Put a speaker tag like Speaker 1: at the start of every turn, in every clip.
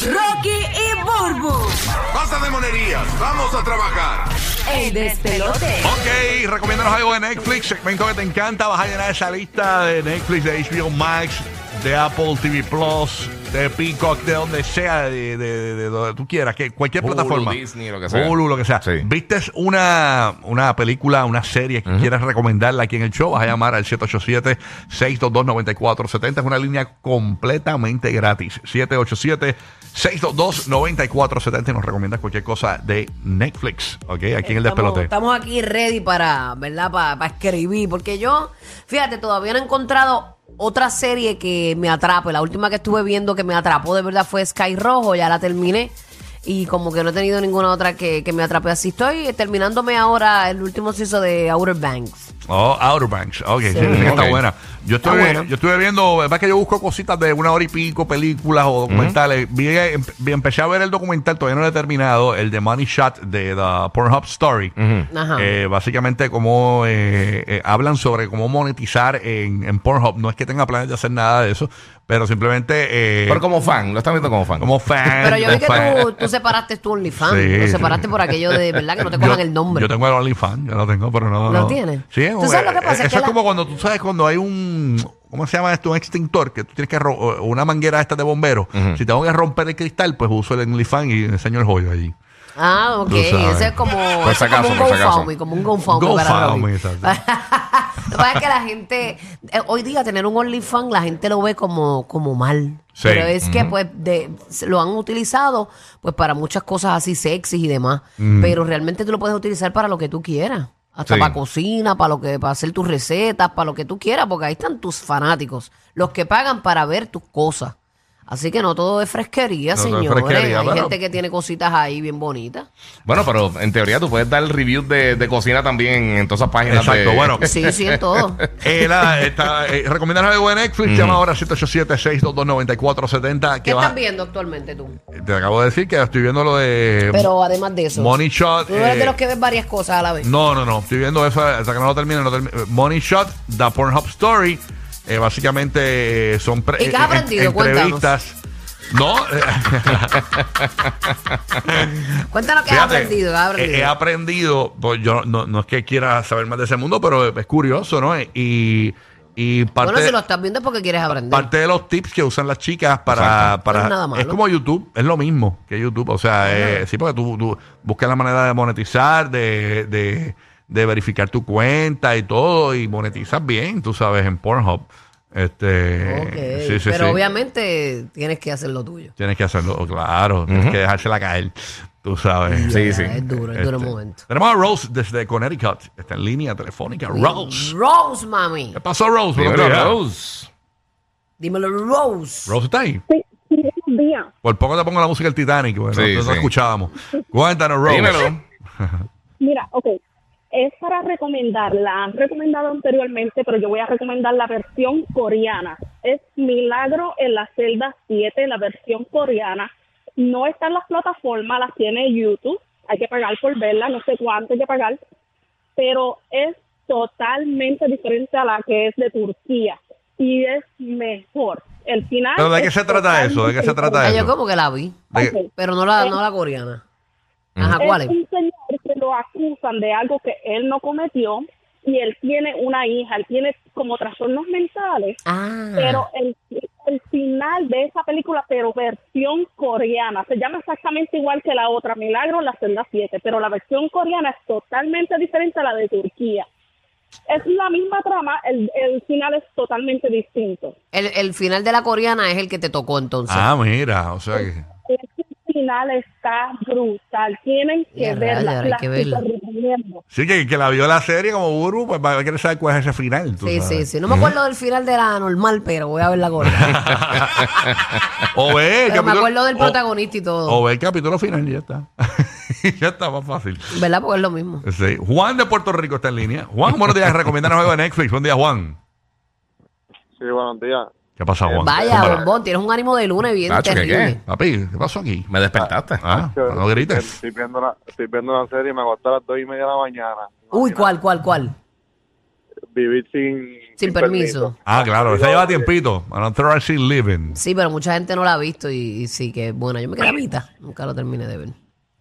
Speaker 1: Rocky y Burbu.
Speaker 2: Basta de monerías, vamos a trabajar.
Speaker 1: El despelote.
Speaker 3: Ok, recomiéndanos algo de Netflix, segmento que te encanta. Vas a llenar esa lista de Netflix, de HBO Max, de Apple TV Plus, de Peacock, de donde sea, de, de- de donde tú quieras, que cualquier
Speaker 4: Hulu,
Speaker 3: plataforma.
Speaker 4: Disney, lo que sea.
Speaker 3: Hulu, lo que sea.
Speaker 4: Sí.
Speaker 3: ¿Viste una, una película, una serie que quieras recomendarla aquí en el show? Vas a llamar al 787-622-9470. Es una línea completamente gratis. 787-622-9470. Y nos recomiendas cualquier cosa de Netflix, ¿ok? Aquí en el
Speaker 5: Estamos,
Speaker 3: despelote.
Speaker 5: estamos aquí ready para, ¿verdad? Para, escribir. Porque yo, fíjate, todavía no he encontrado otra serie que me atrape. La última que estuve viendo que me atrapó de verdad fue Sky Rojo, ya la terminé. Y como que no he tenido ninguna otra que, que me atrape. Así estoy terminándome ahora el último season de Outer Banks.
Speaker 3: Oh, Outer Banks. Ok, sí, sí, que está
Speaker 4: Ok.
Speaker 3: buena. Yo estuve,
Speaker 5: bueno.
Speaker 3: yo estuve viendo, verdad que yo busco cositas de una hora y pico, películas o documentales. Vi- em- vi- empecé a ver el documental, todavía no lo he terminado, el de Money Shot de The Pornhub Story.
Speaker 5: Ajá.
Speaker 3: Eh, básicamente, como eh, eh, hablan sobre cómo monetizar en, en Pornhub. No es que tenga planes de hacer nada de eso, pero simplemente. eh,
Speaker 4: Pero como fan, lo están viendo como fan.
Speaker 3: como fan.
Speaker 5: Pero yo vi que
Speaker 3: fan.
Speaker 5: tú, tú separaste tu OnlyFans.
Speaker 3: Sí,
Speaker 5: lo
Speaker 3: sí.
Speaker 5: separaste por aquello de, ¿verdad? Que no te cojan el nombre.
Speaker 3: Yo tengo el OnlyFans, yo lo tengo, pero no.
Speaker 5: ¿Lo
Speaker 3: no.
Speaker 5: tienes?
Speaker 3: Sí,
Speaker 5: ¿Tú sabes lo que pasa?
Speaker 3: eh, Eso
Speaker 5: Es que
Speaker 3: es
Speaker 5: la-
Speaker 3: como cuando tú sabes, cuando hay un. ¿Cómo se llama esto? Un extintor, que tú tienes que. ro- o Una manguera esta de bomberos. Si tengo que romper el cristal, pues uso el OnlyFans y enseño el joyo allí.
Speaker 5: Ah, ok.
Speaker 3: Tú sabes.
Speaker 5: Ese es como,
Speaker 4: Por si
Speaker 5: ese es como
Speaker 4: acaso,
Speaker 5: un
Speaker 4: por si acaso.
Speaker 5: GoFundMe, como un GoFundMe para
Speaker 3: GoFundMe,
Speaker 5: Robbie.
Speaker 3: exacto.
Speaker 5: Lo que pasa es que la gente, eh, hoy día tener un OnlyFans, la gente lo ve como, como mal.
Speaker 3: Sí.
Speaker 5: Pero es que pues de- se- lo han utilizado pues para muchas cosas así sexys y demás. Pero realmente tú lo puedes utilizar para lo que tú quieras. Hasta
Speaker 4: Sí.
Speaker 5: para cocina, para lo que, para hacer tus recetas, para lo que tú quieras, porque ahí están tus fanáticos, los que pagan para ver tus cosas. Así que no todo es fresquería,
Speaker 4: No todo es
Speaker 5: señores.
Speaker 4: fresquería,
Speaker 5: Hay
Speaker 4: pero-
Speaker 5: gente que tiene cositas ahí bien bonitas.
Speaker 4: Bueno, pero en teoría tú puedes dar reviews de, de cocina también en todas esas páginas.
Speaker 3: Exacto,
Speaker 4: de-
Speaker 3: bueno.
Speaker 5: Sí, sí, en todo.
Speaker 3: Eh, nada, está, eh, recomendar algo de Netflix, llama ahora 787-622-9470.
Speaker 5: ¿Qué
Speaker 3: Que vas-
Speaker 5: estás viendo actualmente tú?
Speaker 3: Te acabo de decir que estoy viendo lo de.
Speaker 5: Pero además de eso.
Speaker 3: Eh, Money Shot.
Speaker 5: Tú eres
Speaker 3: eh,
Speaker 5: de los que ves varias cosas a la vez.
Speaker 3: No, no, no. Estoy viendo eso hasta que no lo termine. no termine. Money Shot, The Pornhub Story. eh, básicamente eh, son pre-
Speaker 5: ¿Y qué has
Speaker 3: eh,
Speaker 5: aprendido?
Speaker 3: entrevistas. No, eh,
Speaker 5: Cuéntanos qué has
Speaker 3: fíjate,
Speaker 5: aprendido. qué has
Speaker 3: eh, He
Speaker 5: aprendido.
Speaker 3: aprendido, pues yo no, no es que quiera saber más de ese mundo, pero es curioso, ¿no? Y, y parte,
Speaker 5: bueno, si lo estás viendo es porque quieres aprender.
Speaker 3: parte de los tips que usan las chicas para...
Speaker 4: Exacto.
Speaker 3: para
Speaker 5: No es nada malo.
Speaker 3: es como YouTube, es lo mismo que YouTube. O sea, eh, sí, porque tú, tú buscas la manera de monetizar, de, de, de verificar tu cuenta y todo, y monetizas bien, tú sabes, en Pornhub. Este,
Speaker 5: Ok,
Speaker 3: sí, sí,
Speaker 5: Pero
Speaker 3: sí.
Speaker 5: obviamente tienes que hacer lo tuyo.
Speaker 3: Tienes que hacerlo, oh, claro, tienes que dejársela caer, tú sabes.
Speaker 4: Sí, sí.
Speaker 5: Es duro, es duro
Speaker 3: Este,
Speaker 5: el momento.
Speaker 3: Tenemos a Rose desde Connecticut, está en línea telefónica. Rose.
Speaker 5: Rose, mami.
Speaker 3: ¿Qué pasó, Rose?
Speaker 4: Dímelo,
Speaker 3: Buenos días.
Speaker 4: Rose.
Speaker 5: Dímelo, Rose.
Speaker 3: Rose está ahí.
Speaker 6: Sí, sí, buenos días.
Speaker 3: Por poco te pongo la música del Titanic, bueno,
Speaker 4: Sí,
Speaker 3: no, no
Speaker 4: sí.
Speaker 3: escuchábamos. Cuéntanos, Rose.
Speaker 4: Dímelo.
Speaker 6: Mira, ok. Es para recomendarla. Han recomendado anteriormente, pero yo voy a recomendar la versión coreana. Es Milagro en la celda 7, la versión coreana. No está en las plataformas, las tiene YouTube. Hay que pagar por verla, no sé cuánto hay que pagar. Pero es totalmente diferente a la que es de Turquía. Y es mejor. El final.
Speaker 3: ¿Pero de qué
Speaker 6: es
Speaker 3: se trata eso? ¿De qué se trata
Speaker 5: Ah,
Speaker 3: eso?
Speaker 5: yo como que la vi,
Speaker 3: De-
Speaker 6: Ok.
Speaker 5: pero no la, no la coreana. Ajá,
Speaker 6: es
Speaker 5: Ah, ¿cuál es?
Speaker 6: un señor que lo acusan de algo que él no cometió y él tiene una hija, él tiene como trastornos mentales,
Speaker 5: Ah,
Speaker 6: pero el, el final de esa película, pero versión coreana, se llama exactamente igual que la otra, Milagro en la celda 7, pero la versión coreana es totalmente diferente a la de Turquía. Es la misma trama, el, el final es totalmente distinto.
Speaker 5: el, el final de la coreana es el que te tocó entonces.
Speaker 3: Ah, mira, o sea que.
Speaker 6: Ese final está brutal, tienen que
Speaker 5: Ya,
Speaker 6: verla,
Speaker 5: rayos, hay
Speaker 6: la
Speaker 5: que verla.
Speaker 6: super recomiendo.
Speaker 3: Sí, que, que la vio la serie como Burbu, pues va a querer saber cuál es ese final. tú
Speaker 5: sí, sí,
Speaker 3: sabes.
Speaker 5: sí. No me acuerdo del final de la normal, pero voy a ver la coreana.
Speaker 3: O ve el
Speaker 5: pero me
Speaker 3: capítulo-
Speaker 5: acuerdo del
Speaker 3: o-
Speaker 5: protagonista y todo.
Speaker 3: O ve el capítulo final y ya está. ya está más fácil.
Speaker 5: ¿Verdad? Porque es lo mismo.
Speaker 3: Sí. Juan de Puerto Rico está en línea. Juan, buenos días. Recomiéndanos algo de Netflix. Buen día, Juan.
Speaker 7: Sí, buenos días.
Speaker 3: ¿Qué pasa, Juan?
Speaker 5: Vaya,
Speaker 3: Zúmbala.
Speaker 5: bombón, tienes un ánimo de lunes bien
Speaker 4: Nacho, ¿qué,
Speaker 5: terrible.
Speaker 4: qué?
Speaker 3: Papi, ¿qué pasó aquí?
Speaker 4: Me despertaste.
Speaker 3: Ah, no grites.
Speaker 7: Estoy viendo, una, estoy viendo una serie y me acosté a las dos y media de la mañana.
Speaker 5: Uy, ¿cuál, cuál, cuál?
Speaker 7: vivir sin,
Speaker 5: Sin permiso.
Speaker 3: Ah, claro, esa lleva tiempito. Unauthorized living.
Speaker 5: Sí, pero mucha gente no la ha visto y, y sí que es buena. Yo me quedé a mitad. Nunca lo terminé de ver.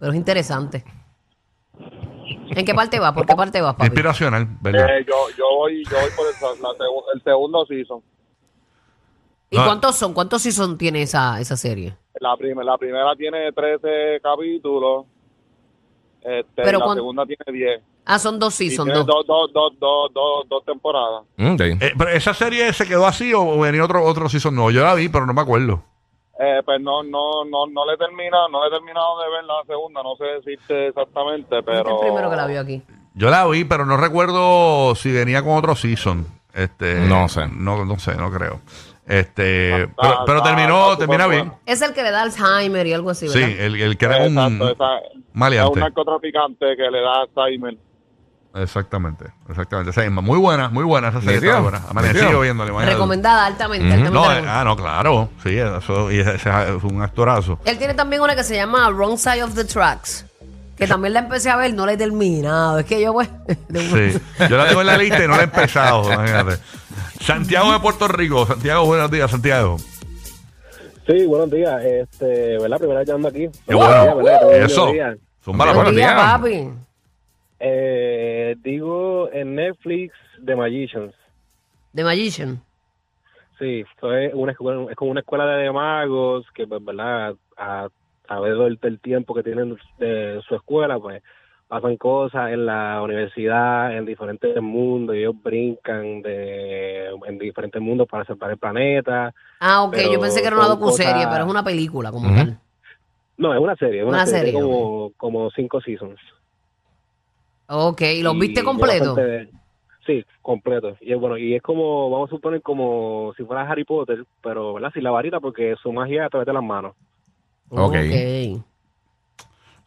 Speaker 5: Pero es interesante. ¿En qué parte va? ¿Por qué parte va, papi?
Speaker 3: Inspiracional, ¿verdad?
Speaker 7: Eh, yo, yo, voy, yo voy por el, la segu- el segundo season.
Speaker 5: ¿Y cuántos son? ¿Cuántos season tiene esa, esa serie?
Speaker 7: La, prim- la primera tiene 13 capítulos. Este,
Speaker 5: Pero
Speaker 7: la
Speaker 5: cuan-
Speaker 7: segunda tiene 10.
Speaker 5: Ah, son dos
Speaker 7: Y
Speaker 5: season,
Speaker 7: tiene
Speaker 5: dos.
Speaker 7: dos, dos, dos, dos, dos, dos temporadas.
Speaker 4: Mm, ok.
Speaker 3: Eh, pero esa serie se quedó así o venía otro, otro season nuevo. Yo la vi, pero no me acuerdo.
Speaker 7: Eh, pues no, no, no, no le termina, no le he terminado de ver la segunda, no sé decirte
Speaker 5: Este
Speaker 7: exactamente,
Speaker 5: es
Speaker 7: pero
Speaker 5: el primero que la vio aquí.
Speaker 3: Yo la vi, pero no recuerdo si venía con otro season. Este,
Speaker 4: No sé.
Speaker 3: No, no sé, no creo. Este,
Speaker 7: Está-
Speaker 3: pero, pero
Speaker 7: está-
Speaker 3: terminó,
Speaker 7: está
Speaker 3: termina
Speaker 7: súper
Speaker 3: bien.
Speaker 7: buena.
Speaker 5: Es el que le da Alzheimer y algo así,
Speaker 3: Sí,
Speaker 5: ¿verdad?
Speaker 3: el, el que era un
Speaker 7: Eh, Exacto, esa- es
Speaker 3: maleante.
Speaker 7: un narcotraficante que le da Alzheimer.
Speaker 3: Exactamente, exactamente. Esa misma. Muy buena, muy buena esa serie.
Speaker 4: Nítido,
Speaker 3: Está buena. Amanecido
Speaker 4: nítido.
Speaker 3: viéndole. imagínate.
Speaker 5: Recomendada altamente.
Speaker 4: Ujú.
Speaker 3: No,
Speaker 5: altamente
Speaker 3: eh, ah, no, claro. Sí, eso, y ese es un actorazo.
Speaker 5: Él tiene también una que se llama Wrong Side of the Tracks. Que también la empecé a ver, no la he terminado. Es que yo, pues.
Speaker 3: Sí. Yo la tengo en la lista y no la he empezado. imagínate. Santiago de Puerto Rico. Santiago, buenos días, Santiago.
Speaker 8: Sí, buenos días. Este, ¿verdad? Primera vez que ando aquí.
Speaker 3: Qué
Speaker 8: Buenos días,
Speaker 3: bueno.
Speaker 8: ¿verdad? Todo buenos
Speaker 3: Eso.
Speaker 8: días.
Speaker 3: Zúmbala,
Speaker 4: Buenos
Speaker 3: buenos
Speaker 4: días.
Speaker 3: días.
Speaker 5: papi.
Speaker 8: Eh, digo en Netflix The Magicians.
Speaker 5: The Magician.
Speaker 8: Sí, esto es, una escuela, es como una escuela de magos que, pues, ¿verdad? A a través del, del tiempo que tienen de su escuela, pues pasan cosas en la universidad, en diferentes mundos, y ellos brincan de, en diferentes mundos para separar el planeta.
Speaker 5: Ah, ok, yo
Speaker 8: Pero
Speaker 5: pensé que era una
Speaker 8: son
Speaker 5: docuserie,
Speaker 8: cosas-
Speaker 5: pero es una película como
Speaker 4: Ujú.
Speaker 5: tal.
Speaker 8: No, es una serie, es una,
Speaker 5: Una
Speaker 8: serie,
Speaker 5: serie,
Speaker 8: como, como cinco seasons.
Speaker 5: Ok, ¿y los
Speaker 8: Y
Speaker 5: viste
Speaker 8: yo
Speaker 5: completo?
Speaker 8: bastante- Sí, completo. Y es bueno, y es como, vamos a suponer, como si fuera Harry Potter, pero ¿verdad? sin la varita, porque su magia es a través de las manos.
Speaker 4: Ok.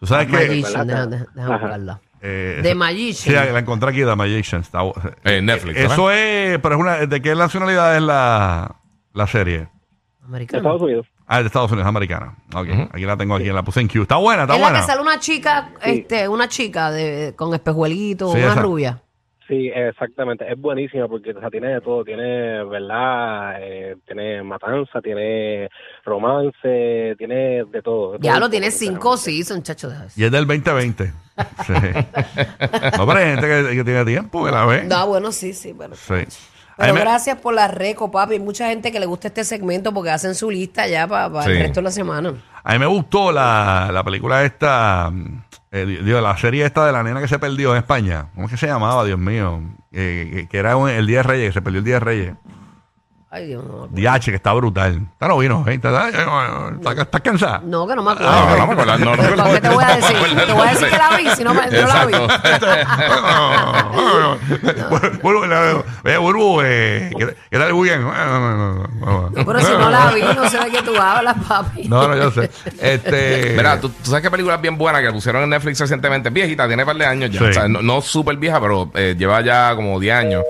Speaker 3: Tú sabes
Speaker 5: The
Speaker 3: que.
Speaker 5: Magician, deja- deja- déjame
Speaker 8: Ajá.
Speaker 5: buscarla.
Speaker 3: eh,
Speaker 5: The
Speaker 3: sí,
Speaker 5: Magician.
Speaker 3: la encontré aquí, The Magician. Está bu-
Speaker 4: Eh, Netflix. ¿verdad?
Speaker 3: Eso es. Pero es una. ¿De qué nacionalidad es la, la serie?
Speaker 8: De
Speaker 5: Americana.
Speaker 8: Estados Unidos.
Speaker 3: Ah, de Estados Unidos, americana. Ok,
Speaker 4: Ujú.
Speaker 3: aquí la tengo aquí, la puse en Q. Está buena, está
Speaker 5: Es la
Speaker 3: buena.
Speaker 5: que sale una chica, este, una chica de, con espejuelitos,
Speaker 3: Sí,
Speaker 5: una
Speaker 3: esa.
Speaker 5: rubia.
Speaker 8: Sí, exactamente. Es buenísima porque o sea, tiene de todo. Tiene, ¿verdad? Eh, tiene matanza, tiene romance, tiene de todo. de
Speaker 5: Ya
Speaker 8: todo
Speaker 5: lo
Speaker 8: un
Speaker 5: tiene
Speaker 8: poco,
Speaker 5: cinco
Speaker 8: sinceramente.
Speaker 5: seasons, chacho. deja eso.
Speaker 3: Y es del 2020. Sí. no, pero hay gente que, que tiene tiempo que la ve.
Speaker 5: No, bueno, sí, sí, pero.
Speaker 3: Sí. Ay,
Speaker 5: Pero
Speaker 3: me-
Speaker 5: gracias por la reco, papi. Hay mucha gente que le gusta este segmento porque hacen su lista ya para
Speaker 4: Sí.
Speaker 5: el resto de la semana.
Speaker 3: A mí me gustó la, la película esta, mm, eh, di- digo, la serie esta de la nena que se perdió en España. ¿Cómo es que se llamaba, Dios mío? Eh, que, que era un- el Día de Reyes, que se perdió el Día de Reyes.
Speaker 5: Ay, Dios no.
Speaker 3: DH, que está brutal. Está no vino, ¿eh? Está- está- está- ¿Estás cansada?
Speaker 5: No, que no me acuerdo.
Speaker 4: Ah, no, no me acuerdo, no, no
Speaker 5: Pero,
Speaker 4: me
Speaker 5: ¿para qué te voy a
Speaker 4: acuerdo, no me
Speaker 5: decir?
Speaker 4: acuerdo
Speaker 5: Te voy a decir
Speaker 4: entonces.
Speaker 5: que la vi, si no, me- yo la vi.
Speaker 3: Vuelvo, la- eh, vuelvo, eh, ¿qué qué tal el weekend?
Speaker 5: Pero si no la vi, no sé de qué tú hablas, papi.
Speaker 3: No, no, yo sé. Este,
Speaker 4: Mira, ¿tú, tú sabes qué película es bien buena que pusieron en Netflix recientemente. Es Viejita, tiene par de años ya.
Speaker 3: Sí.
Speaker 4: O sea, no, no súper vieja, pero eh, lleva ya como 10 años.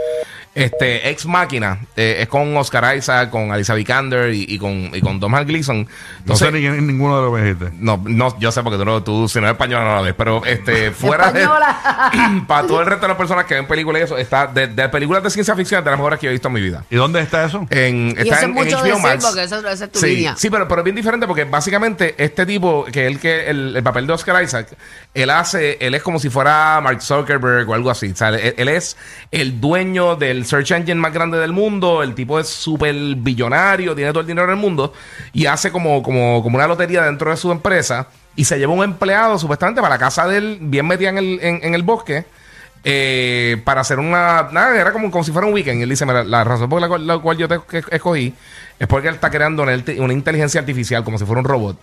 Speaker 4: Este, Ex Máquina eh, es con Oscar Isaac, con Alicia Vikander y, y con, y con Tom Hanks Gleason.
Speaker 3: no
Speaker 4: Entonces,
Speaker 3: sé ni quién- ninguno de los que me dijiste.
Speaker 4: No, no, yo sé porque tú, no- tú si no eres española no la ves, pero este, fuera de,
Speaker 5: Española.
Speaker 4: para todo el resto de las personas que ven películas y eso, está de, de películas de ciencia ficción es de las mejores que yo he visto en mi vida.
Speaker 3: ¿Y dónde está eso?
Speaker 4: En,
Speaker 5: y
Speaker 4: está
Speaker 5: eso es
Speaker 4: en, en
Speaker 5: mucho
Speaker 4: HBO
Speaker 5: decir
Speaker 4: Max.
Speaker 5: porque eso, esa es tu
Speaker 4: Sí,
Speaker 5: línea.
Speaker 4: sí, pero, pero es bien diferente porque básicamente este tipo, que es el que el, el papel de Oscar Isaac, él hace, él es como si fuera Mark Zuckerberg o algo así. O sea, él, él es el dueño del search engine más grande del mundo, el tipo es súper billonario, tiene todo el dinero del mundo y hace como, como, como una lotería dentro de su empresa y se lleva un empleado supuestamente para la casa de él, bien metida en el, en- en el bosque. eh, para hacer una. Nada, era como, como si fuera un weekend. Y él dice: Mira, la razón por la cual, la cual yo te que- escogí es porque él está creando una, inte- una inteligencia artificial como si fuera un robot.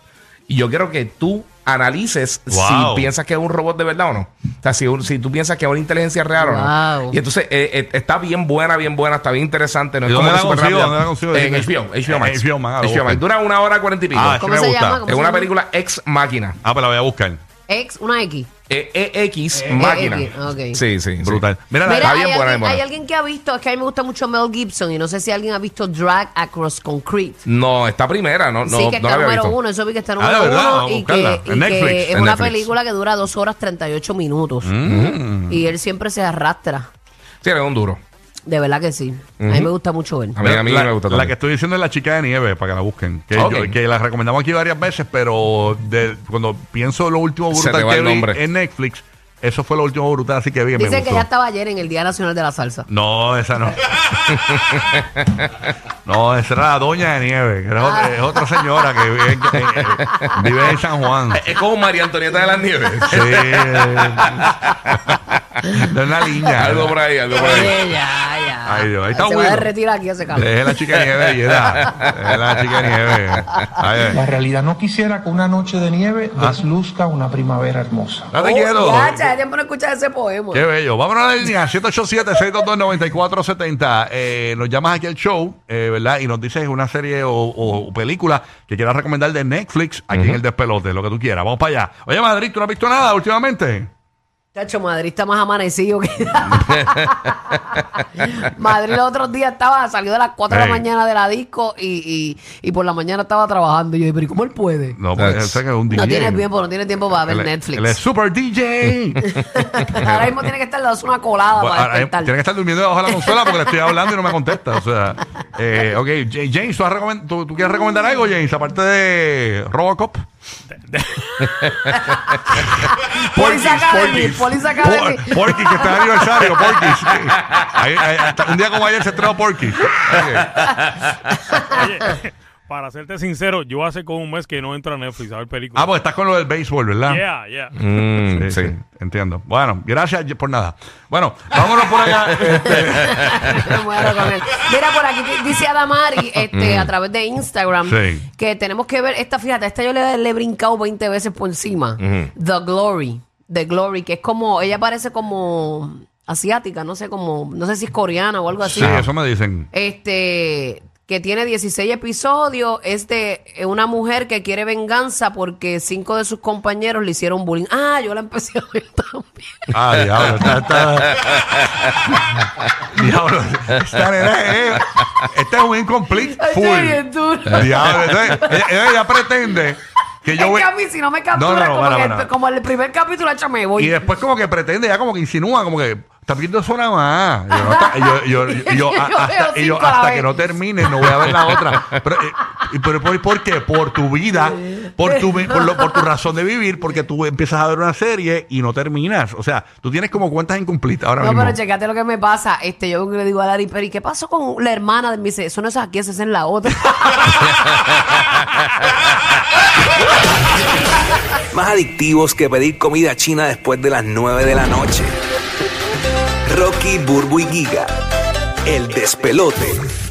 Speaker 4: Y yo quiero que tú analices
Speaker 3: Wow.
Speaker 4: si piensas que es un robot de verdad o no. O sea, si, un- si tú piensas que es una inteligencia real o no.
Speaker 5: Wow.
Speaker 4: Y entonces eh, eh, está bien buena, bien buena, está bien interesante. No
Speaker 3: ¿Y
Speaker 4: es
Speaker 3: dónde
Speaker 4: como
Speaker 3: la
Speaker 4: que súper
Speaker 3: consigo?
Speaker 4: rápida.
Speaker 3: ¿Dónde la consigo?
Speaker 4: En HBO, HBO Max.
Speaker 3: HBO Max, ah, lo busco.
Speaker 4: Dura una hora cuarenta y pico.
Speaker 3: Ah,
Speaker 4: es
Speaker 3: que
Speaker 5: ¿Cómo
Speaker 3: me
Speaker 5: se
Speaker 3: gusta.
Speaker 5: llama? ¿Cómo se
Speaker 4: una
Speaker 5: llama?
Speaker 4: película ex máquina.
Speaker 3: Ah, pero la voy a buscar.
Speaker 5: Ex, una X.
Speaker 4: E- EX máquina.
Speaker 5: EX, Eh, E ok.
Speaker 4: Sí, sí. sí.
Speaker 3: Brutal. Mira, la-
Speaker 5: Mira,
Speaker 4: está
Speaker 5: hay,
Speaker 4: bien buena,
Speaker 5: alguien,
Speaker 4: buena.
Speaker 5: hay alguien que ha visto, es que a mí me gusta mucho Mel Gibson y no sé si alguien ha visto Drag Across Concrete.
Speaker 4: No, está primera, no, no,
Speaker 5: sí, que
Speaker 4: no
Speaker 5: está
Speaker 4: la había
Speaker 5: número
Speaker 4: visto.
Speaker 5: uno, eso vi que está
Speaker 3: Ah,
Speaker 5: número
Speaker 3: de verdad,
Speaker 5: uno
Speaker 3: vamos a
Speaker 5: y
Speaker 3: buscarla.
Speaker 5: que, y
Speaker 3: En
Speaker 5: que
Speaker 3: Netflix, Mm.
Speaker 5: es
Speaker 4: en
Speaker 5: una
Speaker 4: Netflix.
Speaker 5: película que dura dos horas 38 minutos. Y él siempre se arrastra.
Speaker 4: Sí, era un duro.
Speaker 5: De verdad que sí. A mí me gusta mucho ver.
Speaker 4: A mí, a mí
Speaker 3: la,
Speaker 4: me gusta
Speaker 3: la
Speaker 4: también.
Speaker 3: que estoy diciendo es la chica de nieve, para que la busquen. Que,
Speaker 4: Ok.
Speaker 3: yo- que la recomendamos aquí varias veces, pero de- cuando pienso lo último
Speaker 4: Se te
Speaker 3: brutal
Speaker 4: va
Speaker 3: que
Speaker 4: el
Speaker 3: vi
Speaker 4: nombre.
Speaker 3: en Netflix, eso fue lo último brutal, así que bien, me
Speaker 5: Dicen que
Speaker 3: gustó.
Speaker 5: ya estaba ayer en el Día Nacional de la Salsa.
Speaker 3: No, esa no. no, esa era la doña de nieve, que era otra- es otra señora que vive, en- que- eh, vive en San Juan.
Speaker 4: Es- Es como María Antonieta de las Nieves.
Speaker 3: Sí. De una niña.
Speaker 4: algo por ahí, algo por ahí.
Speaker 5: Oye, ya, ya.
Speaker 3: Ay, Dios, ahí está
Speaker 5: Se va a
Speaker 3: Willow.
Speaker 5: derretir aquí ese calor.
Speaker 3: Es la chica de nieve, y era. Es la chica de nieve. Ay, ay.
Speaker 9: La realidad no quisiera que una noche de nieve desluzca una primavera hermosa.
Speaker 3: No te
Speaker 5: Oh,
Speaker 3: quiero.
Speaker 5: Ya, ya, ya tiempo no escuchar ese poema.
Speaker 3: Qué bello. Vámonos a la línea 787-622-9470. Eh, nos llamas aquí al show, eh, ¿verdad? Y nos dices una serie o, o película que quieras recomendar de Netflix aquí en el despelote, lo que tú quieras. Vamos para allá. Oye, Madrid, ¿tú no has visto nada últimamente?
Speaker 5: Chacho, Madrid está más amanecido que. Madrid los otros días estaba, salió de las 4 de
Speaker 3: Ey.
Speaker 5: la mañana de la disco y, y, y por la mañana estaba trabajando. Y yo, pero ¿y ¿cómo él puede? No,
Speaker 3: No, porque
Speaker 4: That's-
Speaker 3: sé que es un DJ.
Speaker 5: tiene tiempo, no tiene tiempo para ver
Speaker 3: Él es-
Speaker 5: Netflix.
Speaker 3: Él es super DJ.
Speaker 5: Ahora mismo tiene que estar le das una colada
Speaker 3: Bueno,
Speaker 5: para
Speaker 3: ahora, eh,
Speaker 5: despertar.
Speaker 3: tiene que estar durmiendo debajo de la consola porque le estoy hablando y no me contesta. O sea, eh, ok, J- James, ¿tú, has recomen- tú- tú quieres recomendar algo, James? Aparte de Robocop.
Speaker 5: Police Academy, Police Academy.
Speaker 3: Por- Porky's, que está de aniversario, Porky's. Ahí- ahí- hasta un día como ayer se estrenó Porky's. Ok.
Speaker 10: Oye, para serte sincero, yo hace como un mes que no entro a Netflix a ver películas.
Speaker 3: Ah, pues estás con lo del béisbol, ¿verdad?
Speaker 10: yeah, yeah.
Speaker 4: Mm,
Speaker 3: Sí,
Speaker 4: sí.
Speaker 3: sí, entiendo. Bueno, gracias por nada. Bueno, vámonos por acá. Este,
Speaker 5: Me muero con él. Mira, por aquí di- dice Adamari este, a través de Instagram
Speaker 3: Mm. Sí.
Speaker 5: que tenemos que ver esta, fíjate, esta yo le, le he brincado 20 veces por encima. The Glory. The Glory, que es como, ella parece como asiática, no sé, como, no sé si es coreana o algo así. Ah,
Speaker 3: sí, eso me dicen.
Speaker 5: Este, que tiene 16 episodios, es de eh, una mujer que quiere venganza porque cinco de sus compañeros le hicieron bullying. Ah, yo la empecé a ver también.
Speaker 3: Ah, diablo, está, está- Diablo, esta nena es- Este es un incomplete
Speaker 5: Ay,
Speaker 3: full.
Speaker 5: está bien duro.
Speaker 3: Diablo, entonces, ella, ella- ella pretende que yo
Speaker 5: Es que
Speaker 3: vea-
Speaker 5: a mí, si no me captura,
Speaker 3: No, no, no,
Speaker 5: como,
Speaker 3: para,
Speaker 5: que-
Speaker 3: para.
Speaker 5: como el primer capítulo, hecho, me voy.
Speaker 3: Y después como que pretende, ya como que insinúa, como que está viendo eso nada más. Y Yo, no, hasta, y yo, y yo- y yo-
Speaker 5: Yo
Speaker 3: a- hasta,
Speaker 5: veo
Speaker 3: y yo,
Speaker 5: cinco a la
Speaker 3: hasta
Speaker 5: vez.
Speaker 3: que no termine no voy a ver la otra. Pero, eh, y- pero ¿por, por qué? Por tu vida, por tu, vi- por, lo- por tu razón de vivir, porque tú empiezas a ver una serie y no terminas. O sea, tú tienes como cuentas incumplidas ahora
Speaker 5: No,
Speaker 3: mismo.
Speaker 5: pero checate lo que me pasa. Este, yo vengo y le digo a Larry, pero ¿y qué pasó con la hermana de mí? Dice, Eso no es aquí, eso es en la otra.
Speaker 11: Más adictivos que pedir comida china después de las 9 de la noche. Rocky, Burbu y Giga. El despelote.